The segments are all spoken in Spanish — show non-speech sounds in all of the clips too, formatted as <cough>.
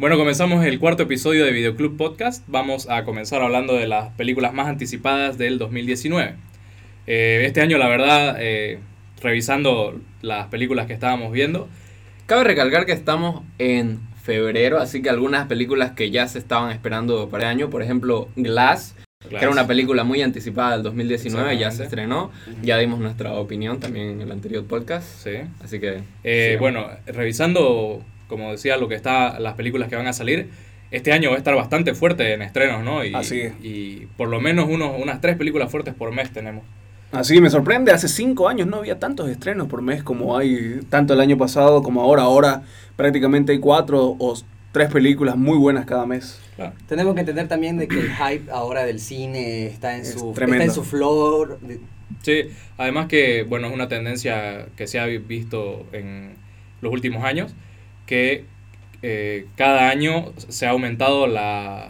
Bueno, comenzamos el cuarto episodio de Videoclub Podcast. Vamos a comenzar hablando de las películas más anticipadas del 2019. Eh, este año, la verdad, eh, revisando las películas que estábamos viendo, Cabe recalcar que estamos en febrero, así que algunas películas que ya se estaban esperando para el año, por ejemplo, Glass, que era una película muy anticipada del 2019, ya Exactamente. se estrenó, ya dimos nuestra opinión también en el anterior podcast, Sí. así que... Eh, sigamos. bueno, revisando, como decía, lo que está, las películas que van a salir, este año va a estar bastante fuerte en estrenos, ¿no? Y, Así es. y por lo menos unos, unas tres películas fuertes por mes tenemos. Así me sorprende, hace cinco años no había tantos estrenos por mes como hay, tanto el año pasado como ahora. Ahora prácticamente hay cuatro o s- tres películas muy buenas cada mes. Claro. Tenemos que entender también de que el hype ahora del cine está en Es su está tremendo. en su flor. de- Sí, además que, bueno, es una tendencia que se ha vi- visto en los últimos años, que eh, cada año se ha aumentado la,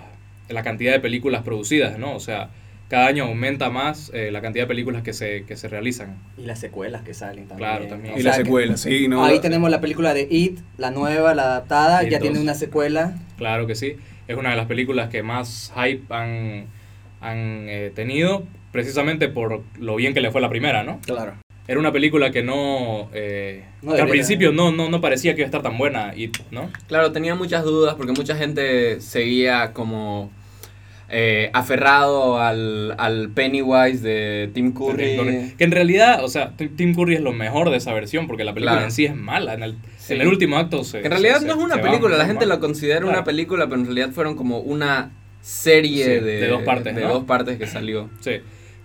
la cantidad de películas producidas, ¿no? O sea, cada año aumenta más eh, la cantidad de películas que se, que se realizan. Y las secuelas que salen también. Claro, también. O y sea las que secuelas, sí, no. Ahí tenemos la película de It, la nueva, la adaptada, It ya tiene dos. una secuela. Claro que sí, es una de las películas que más hype han, han eh, tenido, precisamente por lo bien que le fue la primera, ¿no? Claro. Era una película que no... eh, No que al debería. principio no, no, no parecía que iba a estar tan buena, y, ¿no? Claro, tenía muchas dudas porque mucha gente seguía como eh, aferrado al, al Pennywise de Tim Tim Curry. Curry. Que en realidad, o sea, Tim- Tim Curry es lo mejor de esa versión porque la película Claro. en sí es mala. En el, Sí. en el último acto se. Que en realidad se- no es se- una se película, va la gente mal. lo considera Claro. una película, pero en realidad fueron como una serie Sí, de, de dos partes, de ¿no? dos partes que salió. Sí.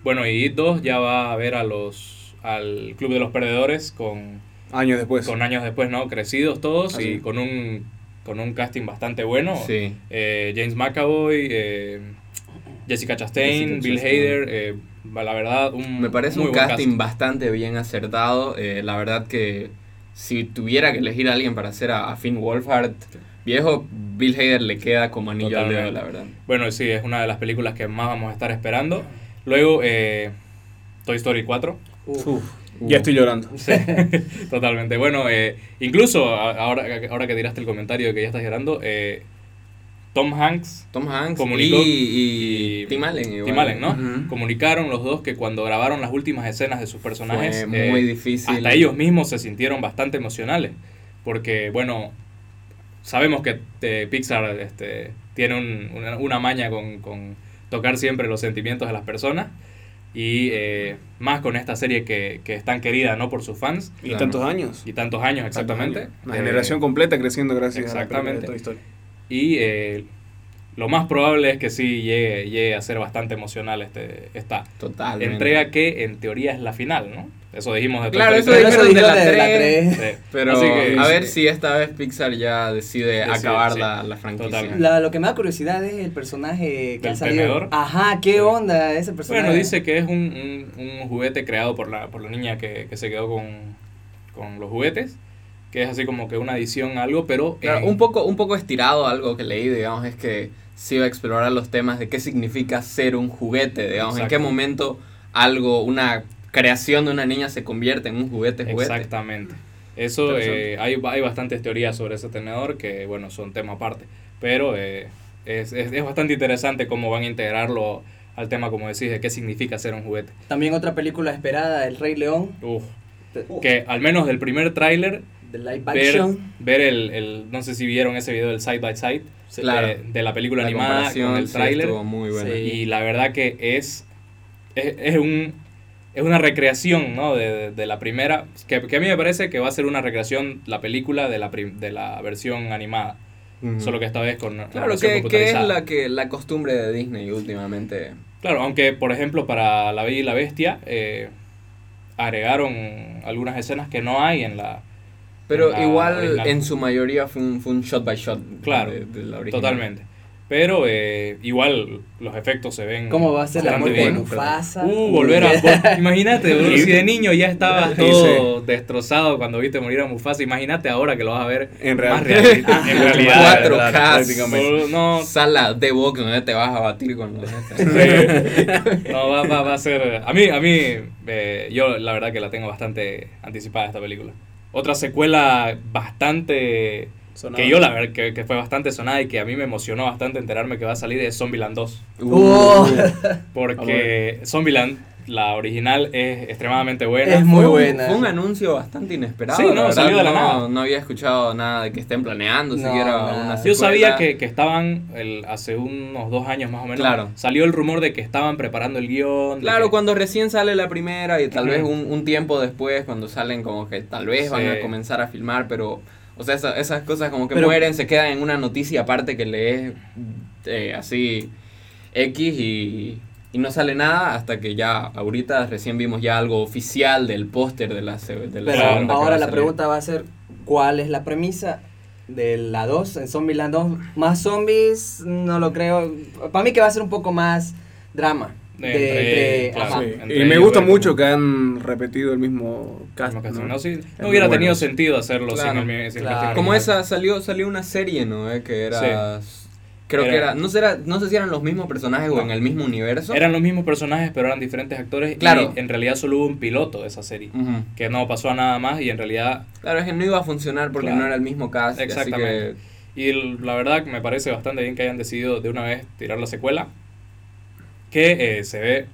Bueno, y It 2 ya va a ver a los. al Club de los Perdedores con, Años Pues después. con años después, ¿no? Crecidos todos Así y es. con un, con un casting bastante bueno. Ah, Sí. Eh, James McAvoy, eh, Jessica Chastain, Jessica Bill Chastain. Hader. eh, la verdad, un. Me parece muy un buen casting bastante bien acertado. eh, la verdad que si tuviera que elegir a alguien para hacer a, a Finn Wolfhard viejo, Bill Hader le queda como anillo al dedo, Totalmente. la verdad. Bueno, sí, es una de las películas que más vamos a estar esperando. Luego, eh, Toy Story 4. Uf. Uf, Uh. Ya estoy llorando. Sí, totalmente. Bueno, eh, incluso a- ahora, ahora que tiraste el comentario de que ya estás llorando, eh, Tom Hanks Tom Hanks Comunicó y, y Tim Allen. igual. Tim Allen, ¿no? Ujú. Comunicaron los dos que cuando grabaron las últimas escenas de sus personajes, Fue muy eh, difícil. hasta ellos mismos se sintieron bastante emocionales. Porque, bueno, sabemos que eh, Pixar este, tiene un- una, una maña con, con tocar siempre los sentimientos de las personas. Y eh, más con esta serie que, que es tan querida, ¿no? Por sus fans. Y Claro. tantos años. Y tantos años, exactamente. Una Eh, generación completa creciendo gracias a la exactamente. película de Toy Story. Y eh, lo más probable es que sí llegue, llegue a ser bastante emocional este, esta Totalmente. entrega que en teoría es la final, ¿no? Eso dijimos de Toy Claro, Story eso Pero 3. dijeron de la de la tres. tres. Sí. Pero Así que, eh, a sí, ver si esta vez Pixar ya decide Decide, acabar sí. la, la franquicia. Totalmente. La- lo que me da curiosidad es el personaje que ¿Del ha salido. tenedor? Ajá, qué Sí. onda ese personaje. Bueno, dice que es un, un- un juguete creado por la, por la niña que, que se quedó con, con los juguetes, que es así como que una adición a algo, pero... Eh, Claro, en- un, poco, un poco estirado algo que leí, digamos, es que se iba a explorar los temas de qué significa ser un juguete, digamos, en qué Exacto. momento algo, una creación de una niña se convierte en un juguete juguete. Exactamente. Eso, eh, hay, hay bastantes teorías sobre ese tenedor que, bueno, son tema aparte. Pero eh, es, es, es bastante interesante cómo van a integrarlo al tema, como decís, de qué significa ser un juguete. También otra película esperada, El Rey León, Uf. de- Que al menos del primer tráiler, de live Oh. ver, action. ver el, el- no sé si vieron ese video del side by side eh, Sí, claro. de, de la película La animada con comparación el sí tráiler. estuvo muy buena. Sí. Y la verdad que es, es, es un, es una recreación ¿no? de, de- de la primera, que, que a mí me parece que va a ser una recreación, la película de la, prim- de la versión animada, Ujú. solo que esta vez con una mm. Claro, versión que, que es computarizada. la, que, la costumbre de Disney últimamente. Claro, aunque por ejemplo para La Bella y la Bestia eh, agregaron algunas escenas que no hay en la... Pero La igual original. en su mayoría fue un, fue un shot by shot de- Claro, de, de la original. Totalmente. Pero eh, igual los efectos se ven... ¿Cómo va a ser la bastante muerte de bien. Mufasa? Mufasa? Uh, volver a. vol- imagínate, bro, si de niño ya estabas Sí, todo destrozado cuando viste morir a Mufasa, imagínate ahora que lo vas a ver En más realidad. realista. En realidad. Cuatro ¿verdad? Ks. prácticamente. Solo- No, Sala de box donde te vas a batir con los <laughs> sí. <laughs> no va, va- va a ser. A mí, a mí eh, yo la verdad que la tengo bastante anticipada esta película. Otra secuela bastante Sonaba. Que yo la verdad que, que fue bastante sonada y que a mí me emocionó bastante enterarme que va a salir es Zombieland 2. Oh, Uh. Porque Zombieland, la original, es extremadamente buena. es muy Fue un- buena. Fue un anuncio bastante inesperado. Sí, no, verdad, salió de la no- nada. No había escuchado nada de que estén planeando No, siquiera nada. una Yo secuela. sabía que, que estaban, el, hace unos dos años más o menos, Claro. salió el rumor de que estaban preparando el guión. de Claro, que- cuando recién sale la primera y tal Ujú. vez un, un tiempo después, cuando salen como que tal vez van Sí. a comenzar a filmar, pero, o sea, esa- esas cosas como que Pero- mueren, se quedan en una noticia aparte que lees eh, así X y, y no sale nada hasta que ya ahorita recién vimos ya algo oficial del póster de la, se- de la Pero Claro, segunda que va ahora a la salir. pregunta va a ser, ¿cuál es la premisa de la 2? En Zombieland 2, más zombies, no lo creo. Para mí que va a ser un poco más drama. De, Entre- entre- claro. ajá. Sí, Entre Y me ellos, gusta era como- mucho que han repetido el mismo cast. Como que ¿no? No, sí, no muy hubiera bueno. tenido sentido hacerlo Claro. sin el, sin el Claro. casting Como original. esa salió salió una serie, ¿no? Eh, que era creo Era- que era no será no sé si eran los mismos personajes o No. en el mismo universo. Eran los mismos personajes, pero eran diferentes actores. Claro. Y en realidad solo hubo un piloto de esa serie. Ujú. Que no pasó a nada más y en realidad... Claro, es que no iba a funcionar porque Claro. no era el mismo cast. Así que Exactamente. Y l- la verdad que me parece bastante bien que hayan decidido de una vez tirar la secuela. Que eh, se ve,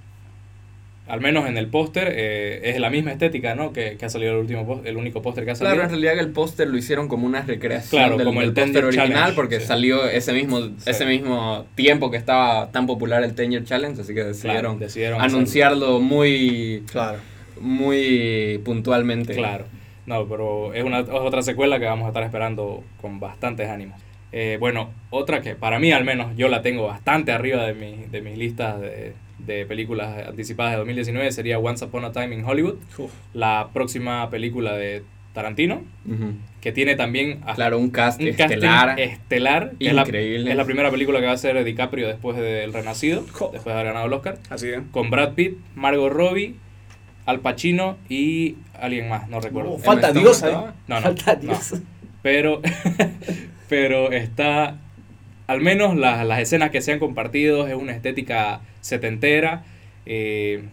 al menos en el póster, eh, es la misma estética, ¿no? Que, que ha salido el último pós- el único póster que ha salido. Claro, en realidad el póster lo hicieron como una recreación Claro, del, como el del póster Tanger original Challenge, porque sí. salió ese mismo ese mismo tiempo que estaba tan popular el Tanger Challenge, así que Claro, decidieron decidieron hacerlo. anunciarlo muy Claro. muy puntualmente. Claro. No, pero es una es otra secuela que vamos a estar esperando con bastantes ánimos. Eh, bueno, otra que para mí al menos yo la tengo bastante arriba de, mi, de mis listas de, de películas anticipadas de 2019 sería Once Upon a Time in Hollywood, Uf. la próxima película de Tarantino, Ujú. que tiene también hasta Claro, un cast Ah. un casting estelar. estelar, que es la, Increíble. es la primera película que va a hacer DiCaprio después del Renacido, Jo. después de haber ganado el Oscar Así ¿eh? es. con Brad Pitt, Margot Robbie, Al Pacino y alguien más, no recuerdo. Oh, Falta Emma Stone Dios ahí. estaba. No, no, Falta no. Dios. Pero, <laughs> pero está, al menos las, las escenas que se han compartido, es una estética setentera. eh,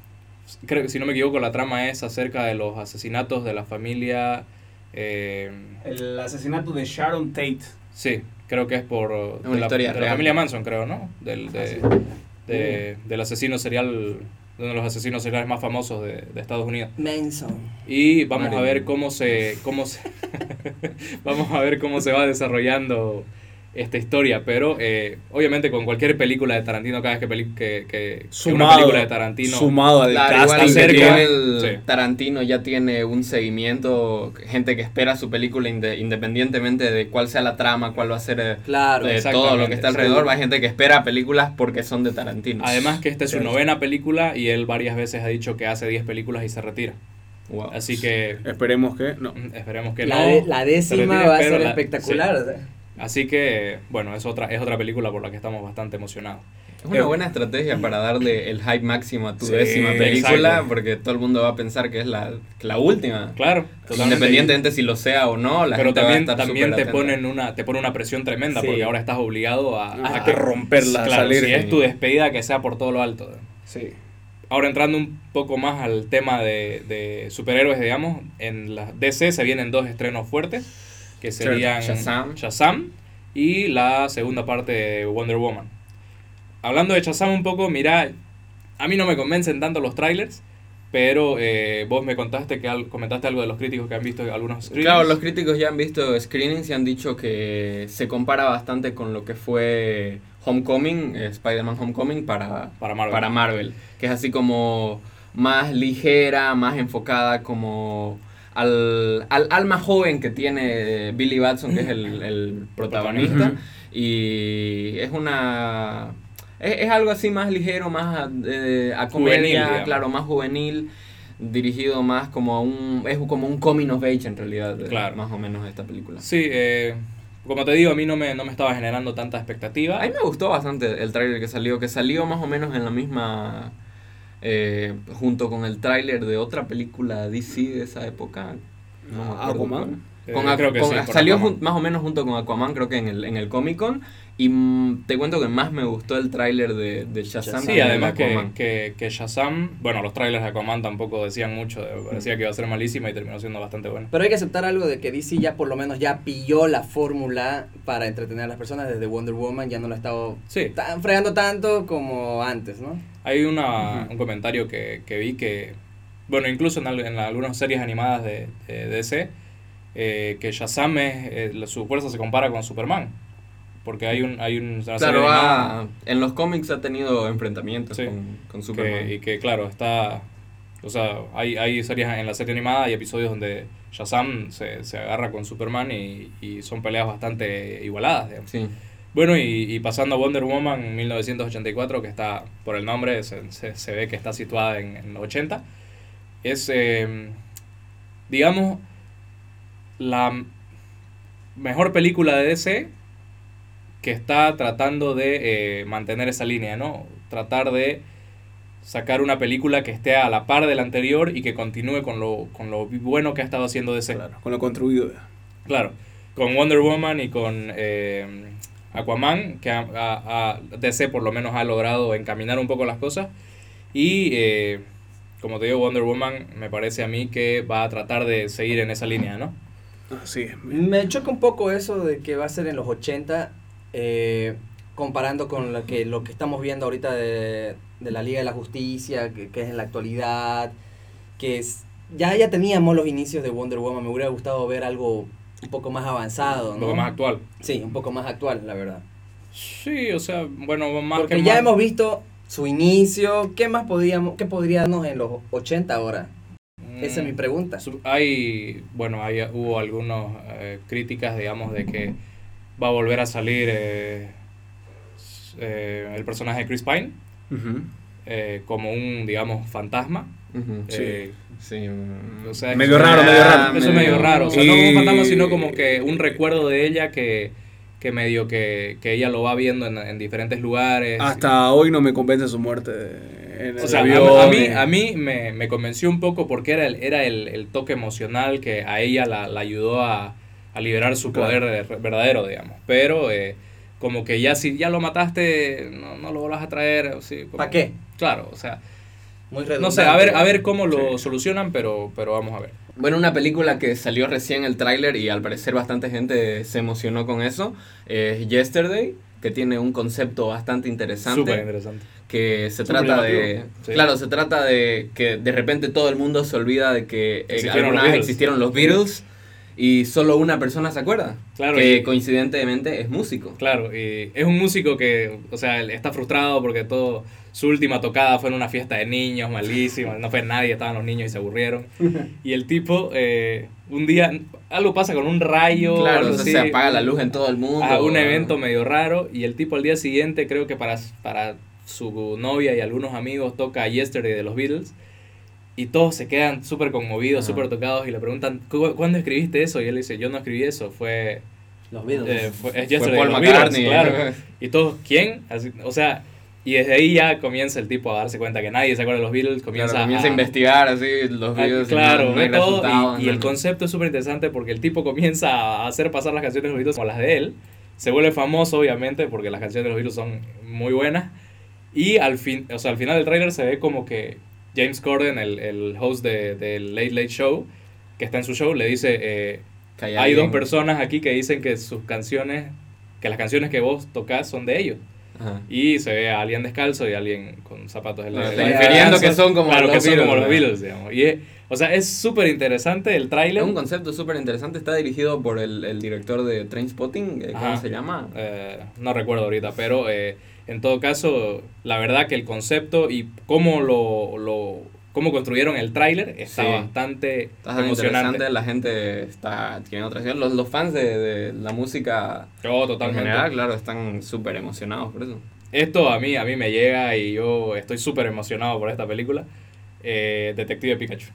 creo que si no me equivoco, la trama es acerca de los asesinatos de la familia... eh, El asesinato de Sharon Tate. sí, creo que es por... Una de la, historia de la real. familia Manson, creo, ¿no? Del, de- de- del asesino serial, de uno de los asesinos seriales más famosos de- de Estados Unidos. Manson. Y vamos a Marilyn. ver cómo se. cómo se <laughs> vamos a ver cómo se va desarrollando esta historia. Pero eh, obviamente con cualquier película de Tarantino, cada vez que, peli- que, que- que una película de Tarantino. Sumado al Claro, casting igual que cerca. que tiene tiene. el Sí. Tarantino ya tiene un seguimiento, gente que espera su película inde- independientemente de cuál sea la trama, cuál va a ser eh, Claro. de todo exactamente, lo que está sí. alrededor, hay gente que espera películas porque son de Tarantino. Además que esta es su novena película y él varias veces ha dicho que hace 10 películas y se retira. Wow. Así que Esperemos que. No. mm, esperemos que la, no. de- la se décima retire, va a pero ser la- espectacular. sí. o sea. Así que, bueno, es otra, es otra película por la que estamos bastante emocionados. Es una buena estrategia para darle el hype máximo a tu Sí, décima película exacto. porque todo el mundo va a pensar que es la, la última. Claro, Independientemente si lo sea o no, la pero gente también, va a estar también súper te atenta. ponen una te pone una presión tremenda Sí. porque ahora estás obligado a, Ah, a que romperla, claro, salir. si es tu despedida que sea por todo lo alto Sí. ahora entrando un poco más al tema de, de superhéroes digamos en la DC se vienen dos estrenos fuertes que Cierto. serían Shazam. Shazam y la segunda parte de Wonder Woman hablando de Shazam un poco mira a mí no me convencen tanto los trailers pero eh, vos me contaste que al- comentaste algo de los críticos que han visto algunos trailers. Claro, los críticos ya han visto screenings y han dicho que se compara bastante con lo que fue Homecoming, eh, Spider-Man Homecoming para, para Marvel. para Marvel, que es así como más ligera, más enfocada como al, al alma joven que tiene Billy Batson, que <laughs> es el, el protagonista, Protagonista. y es una... Es, es algo así más ligero, más eh, a comedia, Juvenil, digamos. claro, más juvenil, dirigido más como a un... es como un coming of age en realidad, eh, Claro. más o menos esta película. Sí, eh, como te digo, a mí no me, no me estaba generando tanta expectativa. A mí me gustó bastante el tráiler que salió, que salió más o menos en la misma... eh, junto con el tráiler de otra película DC de esa época. No me acuerdo Aquaman. cuál. Con Eh, Aqu- creo que con- sí, con salió Aquaman. jun- más o menos junto con Aquaman, creo que en el, en el Comic Con. Y mm, te cuento que más me gustó el tráiler de, de Shazam. que el Sí, de además que, Aquaman. que, que Shazam, bueno, los trailers de Aquaman tampoco decían mucho, de- parecía que iba a ser malísima y terminó siendo bastante buena. Pero hay que aceptar algo de que DC ya por lo menos ya pilló la fórmula para entretener a las personas desde Wonder Woman, ya no la ha estado Sí. tan, fregando tanto como antes, ¿no? Hay una, un comentario que, que vi que, bueno, incluso en, al- en algunas series animadas de, de DC, eh, que Shazam es, eh, la- su fuerza se compara con Superman, porque hay un... Hay un una serie Claro, animada ha- en los cómics ha tenido enfrentamientos Sí. con, con que- Superman. y que, claro, está... O sea, hay, hay series en la serie animada, hay episodios donde Shazam se, se agarra con Superman y, y son peleas bastante igualadas, digamos. Sí. Bueno, y, y pasando a Wonder Woman 1984, que está, por el nombre, se, se- se ve que está situada en, en los 80, es, eh, digamos, la m- mejor película de DC que está tratando de eh, mantener esa línea, ¿no? Tratar de sacar una película que esté a la par de la anterior y que continúe con lo, con lo bueno que ha estado haciendo DC. Claro, con lo construido. Claro, con Wonder Woman y con eh, Aquaman, que ha- ha- ha- DC por lo menos ha logrado encaminar un poco las cosas. Y eh, como te digo, Wonder Woman me parece a mí que va a tratar de seguir en esa línea, ¿no? Así es. Me choca un poco eso de que va a ser en los 80, eh, comparando con lo que, lo que estamos viendo ahorita de, de la Liga de la Justicia, que, que es en la actualidad, que es, ya, ya teníamos los inicios de Wonder Woman, me hubiera gustado ver algo un poco más avanzado, Un ¿no? poco más actual. Sí, un poco más actual, la verdad. Sí, o sea, bueno, más Porque que ya más- hemos visto su inicio, ¿qué más podíamos, qué podríamos en los 80 ahora? Mm, Esa es mi pregunta. Su- Hay, bueno, hay, hubo algunas críticas, digamos, de que va a volver a salir eh, s- eh, el personaje de Chris Pine Ujú. eh, como un, digamos, fantasma. Ujú. Sí. Eh, Sí, mm, O sea, Medio eso- raro, medio raro. Eso es medio raro. O sea, Y- no como un fantasma, sino como que un recuerdo de ella que, que medio que, que ella lo va viendo en, en diferentes lugares. Hasta hoy no me convence su muerte. En O el sea, a, avión. eh. a mí, a mí me, me convenció un poco porque era el, era el, el toque emocional que a ella la, la ayudó a, a liberar su poder eh, verdadero, digamos. Pero eh, como que ya si ya lo mataste, no, no lo volvás a traer. o sí, como- ¿Para qué? Claro, o sea, Muy no sé, a ver, a ver cómo lo solucionan, pero, pero vamos a ver. Bueno, una película que salió recién el tráiler y al parecer bastante gente se emocionó con eso, es Yesterday, que tiene un concepto bastante interesante, Súper interesante. que se Súper trata de... llamativo, sí. Claro, se trata de que de repente todo el mundo se olvida de que eh, Existieron los alguna vez Beatles. existieron los Beatles y solo una persona se acuerda, Claro, que y- coincidentemente es músico. Claro, y es un músico que, o sea, él está frustrado porque todo, su última tocada fue en una fiesta de niños, malísima, no fue nadie, estaban los niños y se <laughs> aburrieron. Y el tipo, eh, un día, algo pasa con un rayo, Claro, algo o sea, así, se apaga la luz en todo el mundo. a un ah. evento medio raro, y el tipo al día siguiente, creo que para, para su novia y algunos amigos, toca Yesterday de los Beatles. Y todos se quedan súper conmovidos, Ajá. súper tocados y le preguntan, "¿Cu- ¿cuándo escribiste eso? Y él dice, yo no escribí eso, fue... Los eh, fue, es Fue Yesterday de Paul los Beatles", McCartney. claro. <laughs> Y todos, ¿quién? Así, o sea, y desde ahí ya comienza el tipo a darse cuenta que nadie se acuerda de los Beatles, Claro, comienza, comienza a a investigar así los a- videos. y claro, no- no ve hay todo. resultados, y- Y, el no- concepto es súper interesante porque el tipo comienza a hacer pasar las canciones de los Beatles como las de él. Se vuelve famoso, obviamente, porque las canciones de los Beatles son muy buenas. Y al, fin, o sea, al final del trailer se ve como que James Corden, el, el host de- del Late Late Show, que está en su show, le dice... eh, que hay hay dos alguien- personas aquí que dicen que sus canciones, que las canciones que vos tocas son de ellos. Ajá. Y se ve a alguien descalzo y a alguien con zapatos de Claro, de- de- refiriendo Ah, que son como claro, los que son como Beatles, los ¿verdad? Beatles, digamos. Y es- o sea, es súper interesante el Es tráiler. un concepto súper interesante, está dirigido por el, el director de Trainspotting, eh, ¿cómo Ajá. se llama? Eh, no recuerdo ahorita, pero eh, en todo caso, la verdad que el concepto y cómo lo, lo cómo construyeron el tráiler está Sí. bastante Está bastante emocionante. interesante, la gente está tiene otra los, los fans de, de la música Yo en Oh, totalmente. general, claro, están súper emocionados por eso. Esto a mí, a mí me llega y yo estoy súper emocionado por esta película. Eh, Detective Pikachu.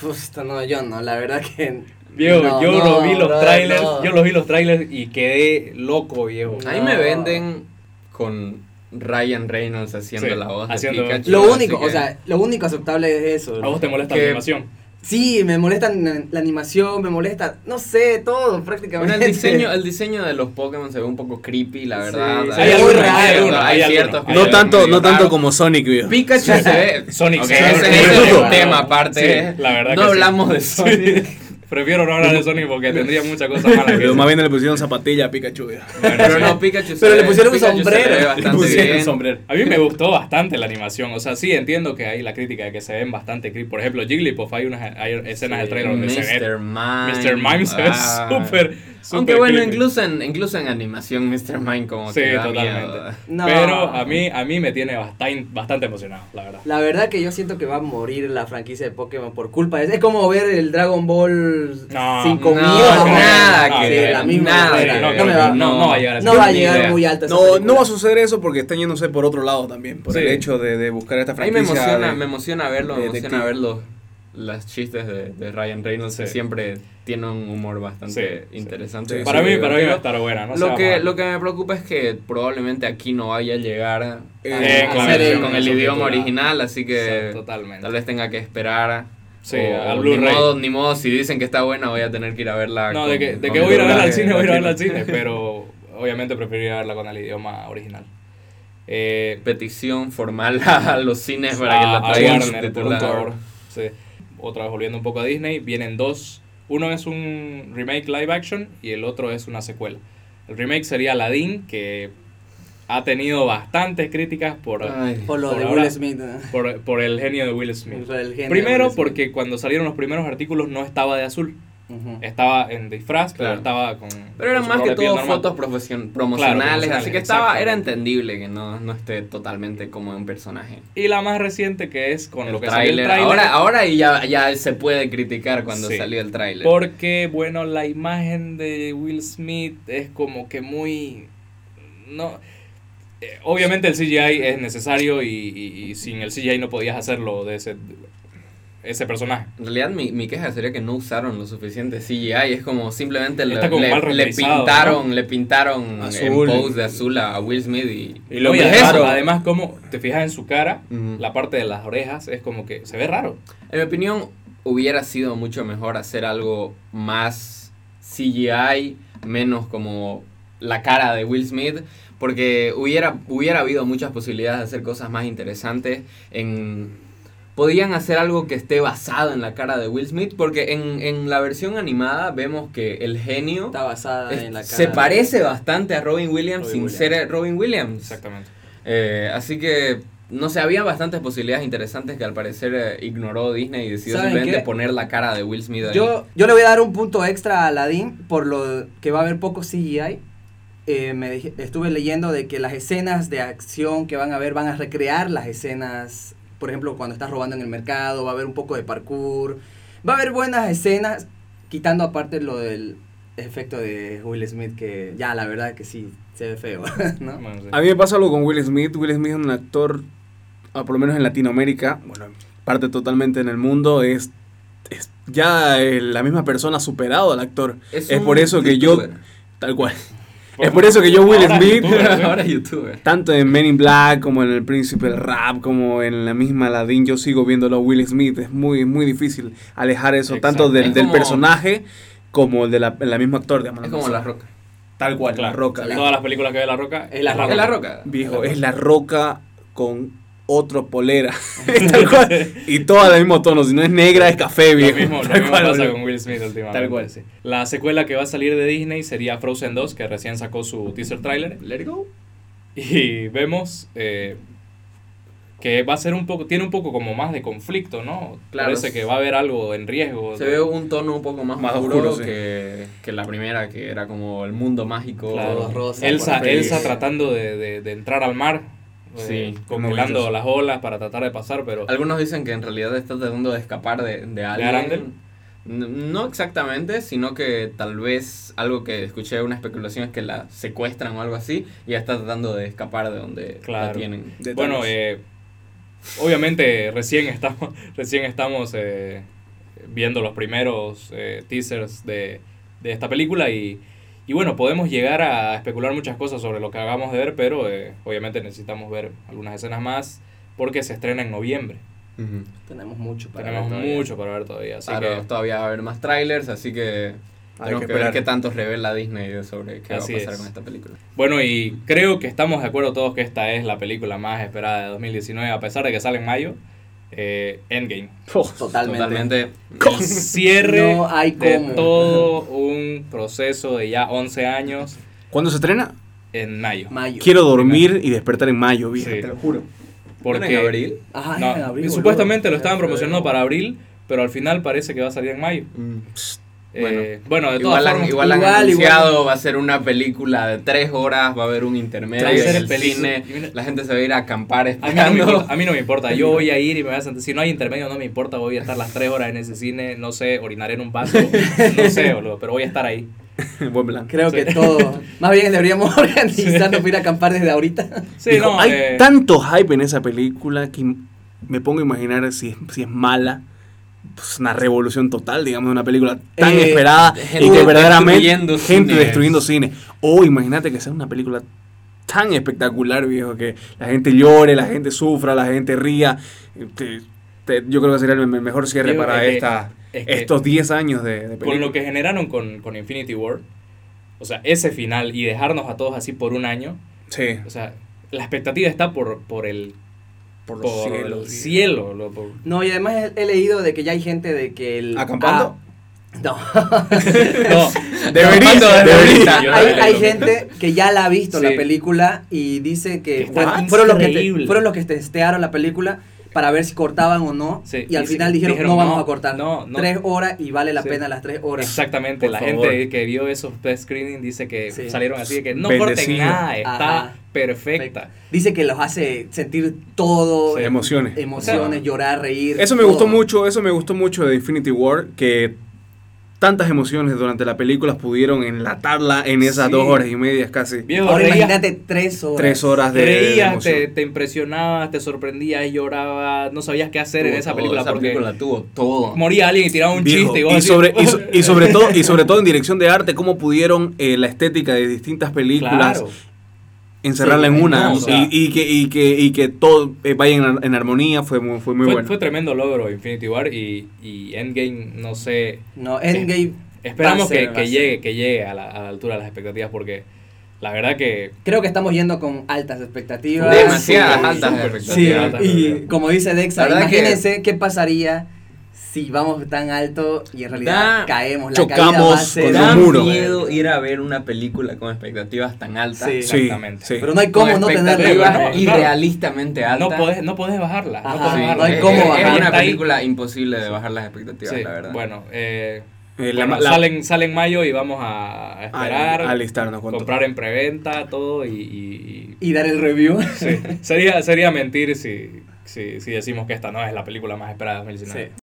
Puta, no, yo no, la verdad que. Viejo, no, yo no, lo vi los brother, trailers, no. yo los vi los trailers y quedé loco, viejo. No. Ahí me venden con Ryan Reynolds haciendo Sí, la voz haciendo- de Yo Pikachu. Lo así único, que- o sea, lo único aceptable es eso. ¿A vos te molesta Que- la animación? Sí, me molesta n- la animación, me molesta, no sé, todo prácticamente. Bueno, <laughs> el diseño, el diseño de los Pokémon se ve un poco creepy, la Sí, verdad. sí. Hay, Hay algunos- algunos, hay hay algunos- algunos, hay ciertos hay que No algunos. son tanto, medio no tanto raros. como Sonic, viejo. Pikachu se ve. Sonic, Ok, sí, ese- Sonic. ese es un Sí, tema aparte. la verdad no que sí. hablamos de Sonic. Prefiero no hablar de Sonic porque tendría muchas cosas malas que Pero decir. más bien le pusieron zapatilla a Pikachu, viejo. Bueno, Pero sí. no, <laughs> Pikachu se Pero le ve- pusieron un Pikachu se sombrero. ve Le Le bastante pusieron bien. sombrero. A mí me gustó bastante la animación, o sea, sí entiendo que hay la crítica de que se ven bastante creep. Por ejemplo, Jigglypuff, hay unas hay escenas del trailer donde se ve Mr. Mime. Mr. Mime se ve Ah. súper, súper Aunque bueno, creepy. incluso en, incluso en animación Mr. Mime como Sí, que da totalmente. miedo. No. Pero a mí, a mí me tiene bastante, bastante emocionado, la verdad. La verdad que yo siento que va a morir la franquicia de Pokémon por culpa de Es como ver el Dragon Ball No, 5000. no, o- nada no, que de ver, la misma nada manera. que no, ver. no, me va, no, no va a llegar a no ser va a ni llegar idea. muy alto. esa No, película. no va a suceder eso porque están yéndose por otro lado también, por Sí. el hecho de, de buscar esta A mí me franquicia. emociona, de- me emociona verlo, me emociona detective. ver los, las chistes de, de Ryan Reynolds. Sí. que Siempre tiene un humor bastante Sí, sí. interesante. Sí, para sí, mí, yo para mí va a divertido. estar buena. No Lo que, lo que me preocupa es que probablemente aquí no vaya a llegar a- Eh, a- a claro, hacer el- sí, con el subtitulado. idioma original, así que... que Totalmente. tal vez tenga que esperar. Sí, o- al ni Blu-ray. modo, ni modo, si dicen que está buena voy a tener que ir a verla. No, con- de que, de con que voy a el ir a verla al doblaje cine, voy a ir a verla al latino. cine, pero obviamente preferiría verla con el idioma original. Eh, <laughs> Petición formal a <laughs> los cines para a- que a la traigan Warner, por subtitulada. favor. Sí. Otra vez volviendo un poco a Disney, vienen dos. Uno es un remake live action y el otro es una secuela. El remake sería Aladdin, que ha tenido bastantes críticas por, Ay. Por lo Por de ahora. Will Smith. ¿no? por, por el genio de Will Smith. Por el genio de Primero Will Smith. porque cuando salieron los primeros artículos no estaba de azul, Ujú. estaba en disfraz, pero Claro. estaba con... Pero con eran su más color que de piel todo normal. fotos profesión- promocionales, promocionales, así que estaba, era exactamente. entendible que no, no esté totalmente como un personaje. Y la más reciente que es con El lo que salió el tráiler, tráiler. ahora ahora y ya, ya se puede criticar cuando Sí. salió el tráiler. Porque, bueno, la imagen de Will Smith es como que muy... No... eh, Obviamente el CGI es necesario y, y- y sin el CGI no podías hacerlo de ese, ese personaje. En realidad mi, mi queja sería que no usaron lo suficiente CGI, es como simplemente le, Está como le- mal le renderizado, pintaron, le pintaron Azul. en pose de azul a, a Will Smith y, Y lo y es además, eso. además, como te fijas en su cara, Mm. Ujú. la parte de las orejas es como que se ve raro. En mi opinión, hubiera sido mucho mejor hacer algo más CGI, menos como la cara de Will Smith, porque hubiera, hubiera habido muchas posibilidades de hacer cosas más interesantes en... Podían hacer algo que esté basado en la cara de Will Smith, porque en, en la versión animada vemos que el genio Está basada es- en la cara. se parece bastante a Robin Williams Robin sin Williams. ser Robin Williams. Exactamente. Eh, así que, no sé, había bastantes posibilidades interesantes que al parecer eh, ignoró Disney y decidió ¿Saben simplemente qué? poner la cara de Will Smith ahí. Yo, yo le voy a dar un punto extra a Aladdin por lo que va a haber poco CGI. Eh, me dije- estuve leyendo de que las escenas de acción que van a ver van a recrear las escenas, por ejemplo, cuando estás robando en el mercado, va a haber un poco de parkour, va a haber buenas escenas, quitando aparte lo del efecto de Will Smith que ya la verdad que sí se ve feo, <laughs> ¿no? Bueno, sí. A mí me pasa algo con Will Smith. Will Smith es un actor, ah, por lo menos en Latinoamérica, bueno, parte totalmente en el mundo, es, es ya eh, la misma persona ha superado al actor. Es, un por eso que youtuber. <laughs> yo, tal cual, es por eso que yo, Will Ahora <laughs> Smith- youtuber, sí. Ahora youtuber. tanto en Men in Black como en El Príncipe del Rap, como en la misma Aladdin, yo sigo viéndolo a Will Smith. Es muy, muy difícil alejar eso, Exacto. tanto del, Es del como- personaje como el de la, el mismo actor, digamos. Es como La Roca. Tal cual, La Claro. Roca. La- Todas las películas que ve La Roca Es La Roca. Es La Roca. Viejo, es la roca con otro <laughs> polera. <laughs> Tal cual. Y toda del mismo tono. Si no es negra, es café, Lo viejo. mismo, lo Tal mismo cual, pasa bro. con Will Smith últimamente. Tal cual. sí. La secuela que va a salir de Disney sería Frozen 2, que recién sacó su teaser trailer. Let it go. Y vemos eh, que va a ser un poco, tiene un poco como más de conflicto, ¿no? Claro. Parece que va a haber algo en riesgo. Se ve un tono un poco más, Más oscuro, oscuro, sí. que, que la primera, que era como el mundo mágico. Claro. Todos rosas, Elsa, por ahí. Elsa tratando de, de- de entrar al mar, eh, Sí, congelando momentos. las olas para tratar de pasar, pero... Algunos dicen que en realidad está tratando de escapar de, de alguien. Arandel? N- No exactamente, sino que tal vez algo que escuché, una especulación es que la secuestran o algo así y ya está tratando de escapar de donde la Claro. tienen. De Bueno, Thanos. eh, obviamente recién estamos, <laughs> recién estamos eh, viendo los primeros eh, teasers de, de esta película y, y bueno, podemos llegar a especular muchas cosas sobre lo que acabamos de ver, pero eh, obviamente necesitamos ver algunas escenas más porque se estrena en noviembre. Ujú. Tenemos mucho para Tenemos ver todavía. Ah, mucho para ver todavía. Así Claro, que todavía va a haber más trailers, así que tenemos que que, ver esperar. qué tanto revela Disney de- sobre qué Así va a pasar es. con esta película. Bueno, y creo que estamos de acuerdo todos que esta es la película más esperada de 2019, a pesar de que sale en mayo. eh, Endgame. Totalmente. Totalmente. El cierre No hay de cómo. todo un proceso de ya 11 años ¿Cuándo se estrena? en mayo. Mayo. Quiero dormir y despertar en mayo, viejo. Sí. Te lo- juro. ¿Por en Porque abril? Ajá, no, en abril, supuestamente lo boludo. estaban En febrero. promocionando para abril, pero al final parece que va a salir en mayo. Bueno. Eh, bueno, de todas Igual, han, formas, igual han igual, anunciado, va a ser una película de tres horas, va a haber un intermedio Va a ser en el película. cine, la gente se va a ir a acampar a mí, no <laughs> me esperando. importa, a mí no me importa, yo voy a ir y me voy a sentar. Si no hay intermedio, no me importa, voy a estar las tres horas en ese cine, no sé, orinaré en un <laughs> vaso, no sé, boludo, pero voy a estar ahí. <laughs> Buen plan. Creo <laughs> que todo. Más bien deberíamos organizarnos para ir a acampar desde ahorita. Sí, Dijo, no, hay eh, tanto hype en esa película que im- me pongo a imaginar si es, si es mala. Pues una revolución total, digamos, una película tan Eh, esperada y gente que verdaderamente destruyendo gente cines. destruyendo cine. O imagínate que sea una película tan espectacular, viejo, que la gente llore, la gente sufra, la gente ría. Te- te- yo creo que sería el me- mejor cierre Digo, para es que- esta, es que- estos 10 años de, de con película. lo que generaron con, con Infinity War, o sea, ese final y dejarnos a todos así por un año, Sí, o sea, la expectativa está por, por el por los por cielos, el sí. cielo. lo- <laughs> por- No, y además he, he leído de que ya hay gente de que el. ¿Acampando? Ah, no. No, Debería, Acampando desde debería. ahorita. Yo hay, también hay lo- gente que ya la ha visto Sí. la película y dice Que que está fueron, fueron los que te- increíble. fueron los que testearon la película para ver si cortaban o no. Sí, y al y final sí, dijeron, dijeron, no vamos no, a cortar. no, no". Tres horas y vale la Sí. pena las tres horas. Exactamente, Por la favor. gente que vio esos test screening dice que Sí. salieron así de que no corten Bendecido. nada, está Ajá. perfecta. Dice que los hace sentir todo, Sí. em- Emociones. emociones, Ah. llorar, reír. Eso me todo. gustó mucho, eso me gustó mucho de Infinity War, que tantas emociones durante la película pudieron enlatarla en esas Sí. dos horas y medias casi. Viejo, Ahora reías- imagínate tres horas. Tres horas de, de reías, emoción. te, te impresionabas, te sorprendías, llorabas, no sabías qué hacer en Tuvo esa todo, película esa porque película tuvo todo. moría alguien y tiraba un oh, Viejo, chiste y y, vos así, sobre, <laughs> y, so- y sobre todo, y sobre todo en dirección de arte, cómo pudieron eh, la estética de distintas películas Claro. encerrarla en Sí, una no, o sea. y, y que, y, que, y que todo eh, vaya en, ar- en armonía, fue muy, fue muy fue, bueno. fue tremendo logro Infinity War y, y Endgame, no sé, No, Endgame. esperamos Va a ser, que, va que a ser. llegue, que llegue a la, a la altura de las expectativas porque la verdad que Creo que estamos yendo con altas expectativas. Demasiadas Sí. altas Sí, expectativas. altas y expectativas. como dice Dexa, La verdad que- imagínense qué pasaría si vamos tan alto y en realidad Da- caemos. La chocamos caída va a ser- con Da los muros. miedo ir a ver una película con expectativas tan altas. Sí. Sí, Exactamente. sí. Pero no hay cómo con no expectativas tenerla, tenerla. ¿no? irrealistamente altas. no podés, no podés bajarla. Ajá, no podés Sí, bajarla. no hay es- cómo es, bajar. Es una Está ahí. película imposible de bajar las expectativas, Sí, la verdad. Bueno, eh, Eh, la- bueno, la- salen, salen mayo y vamos a a- esperar, a alistarnos con todo. comprar en preventa, todo y... y- y- Y dar el review. sí. sería, sería mentir si, si, si decimos que esta no es la película más esperada de 2019. Sí.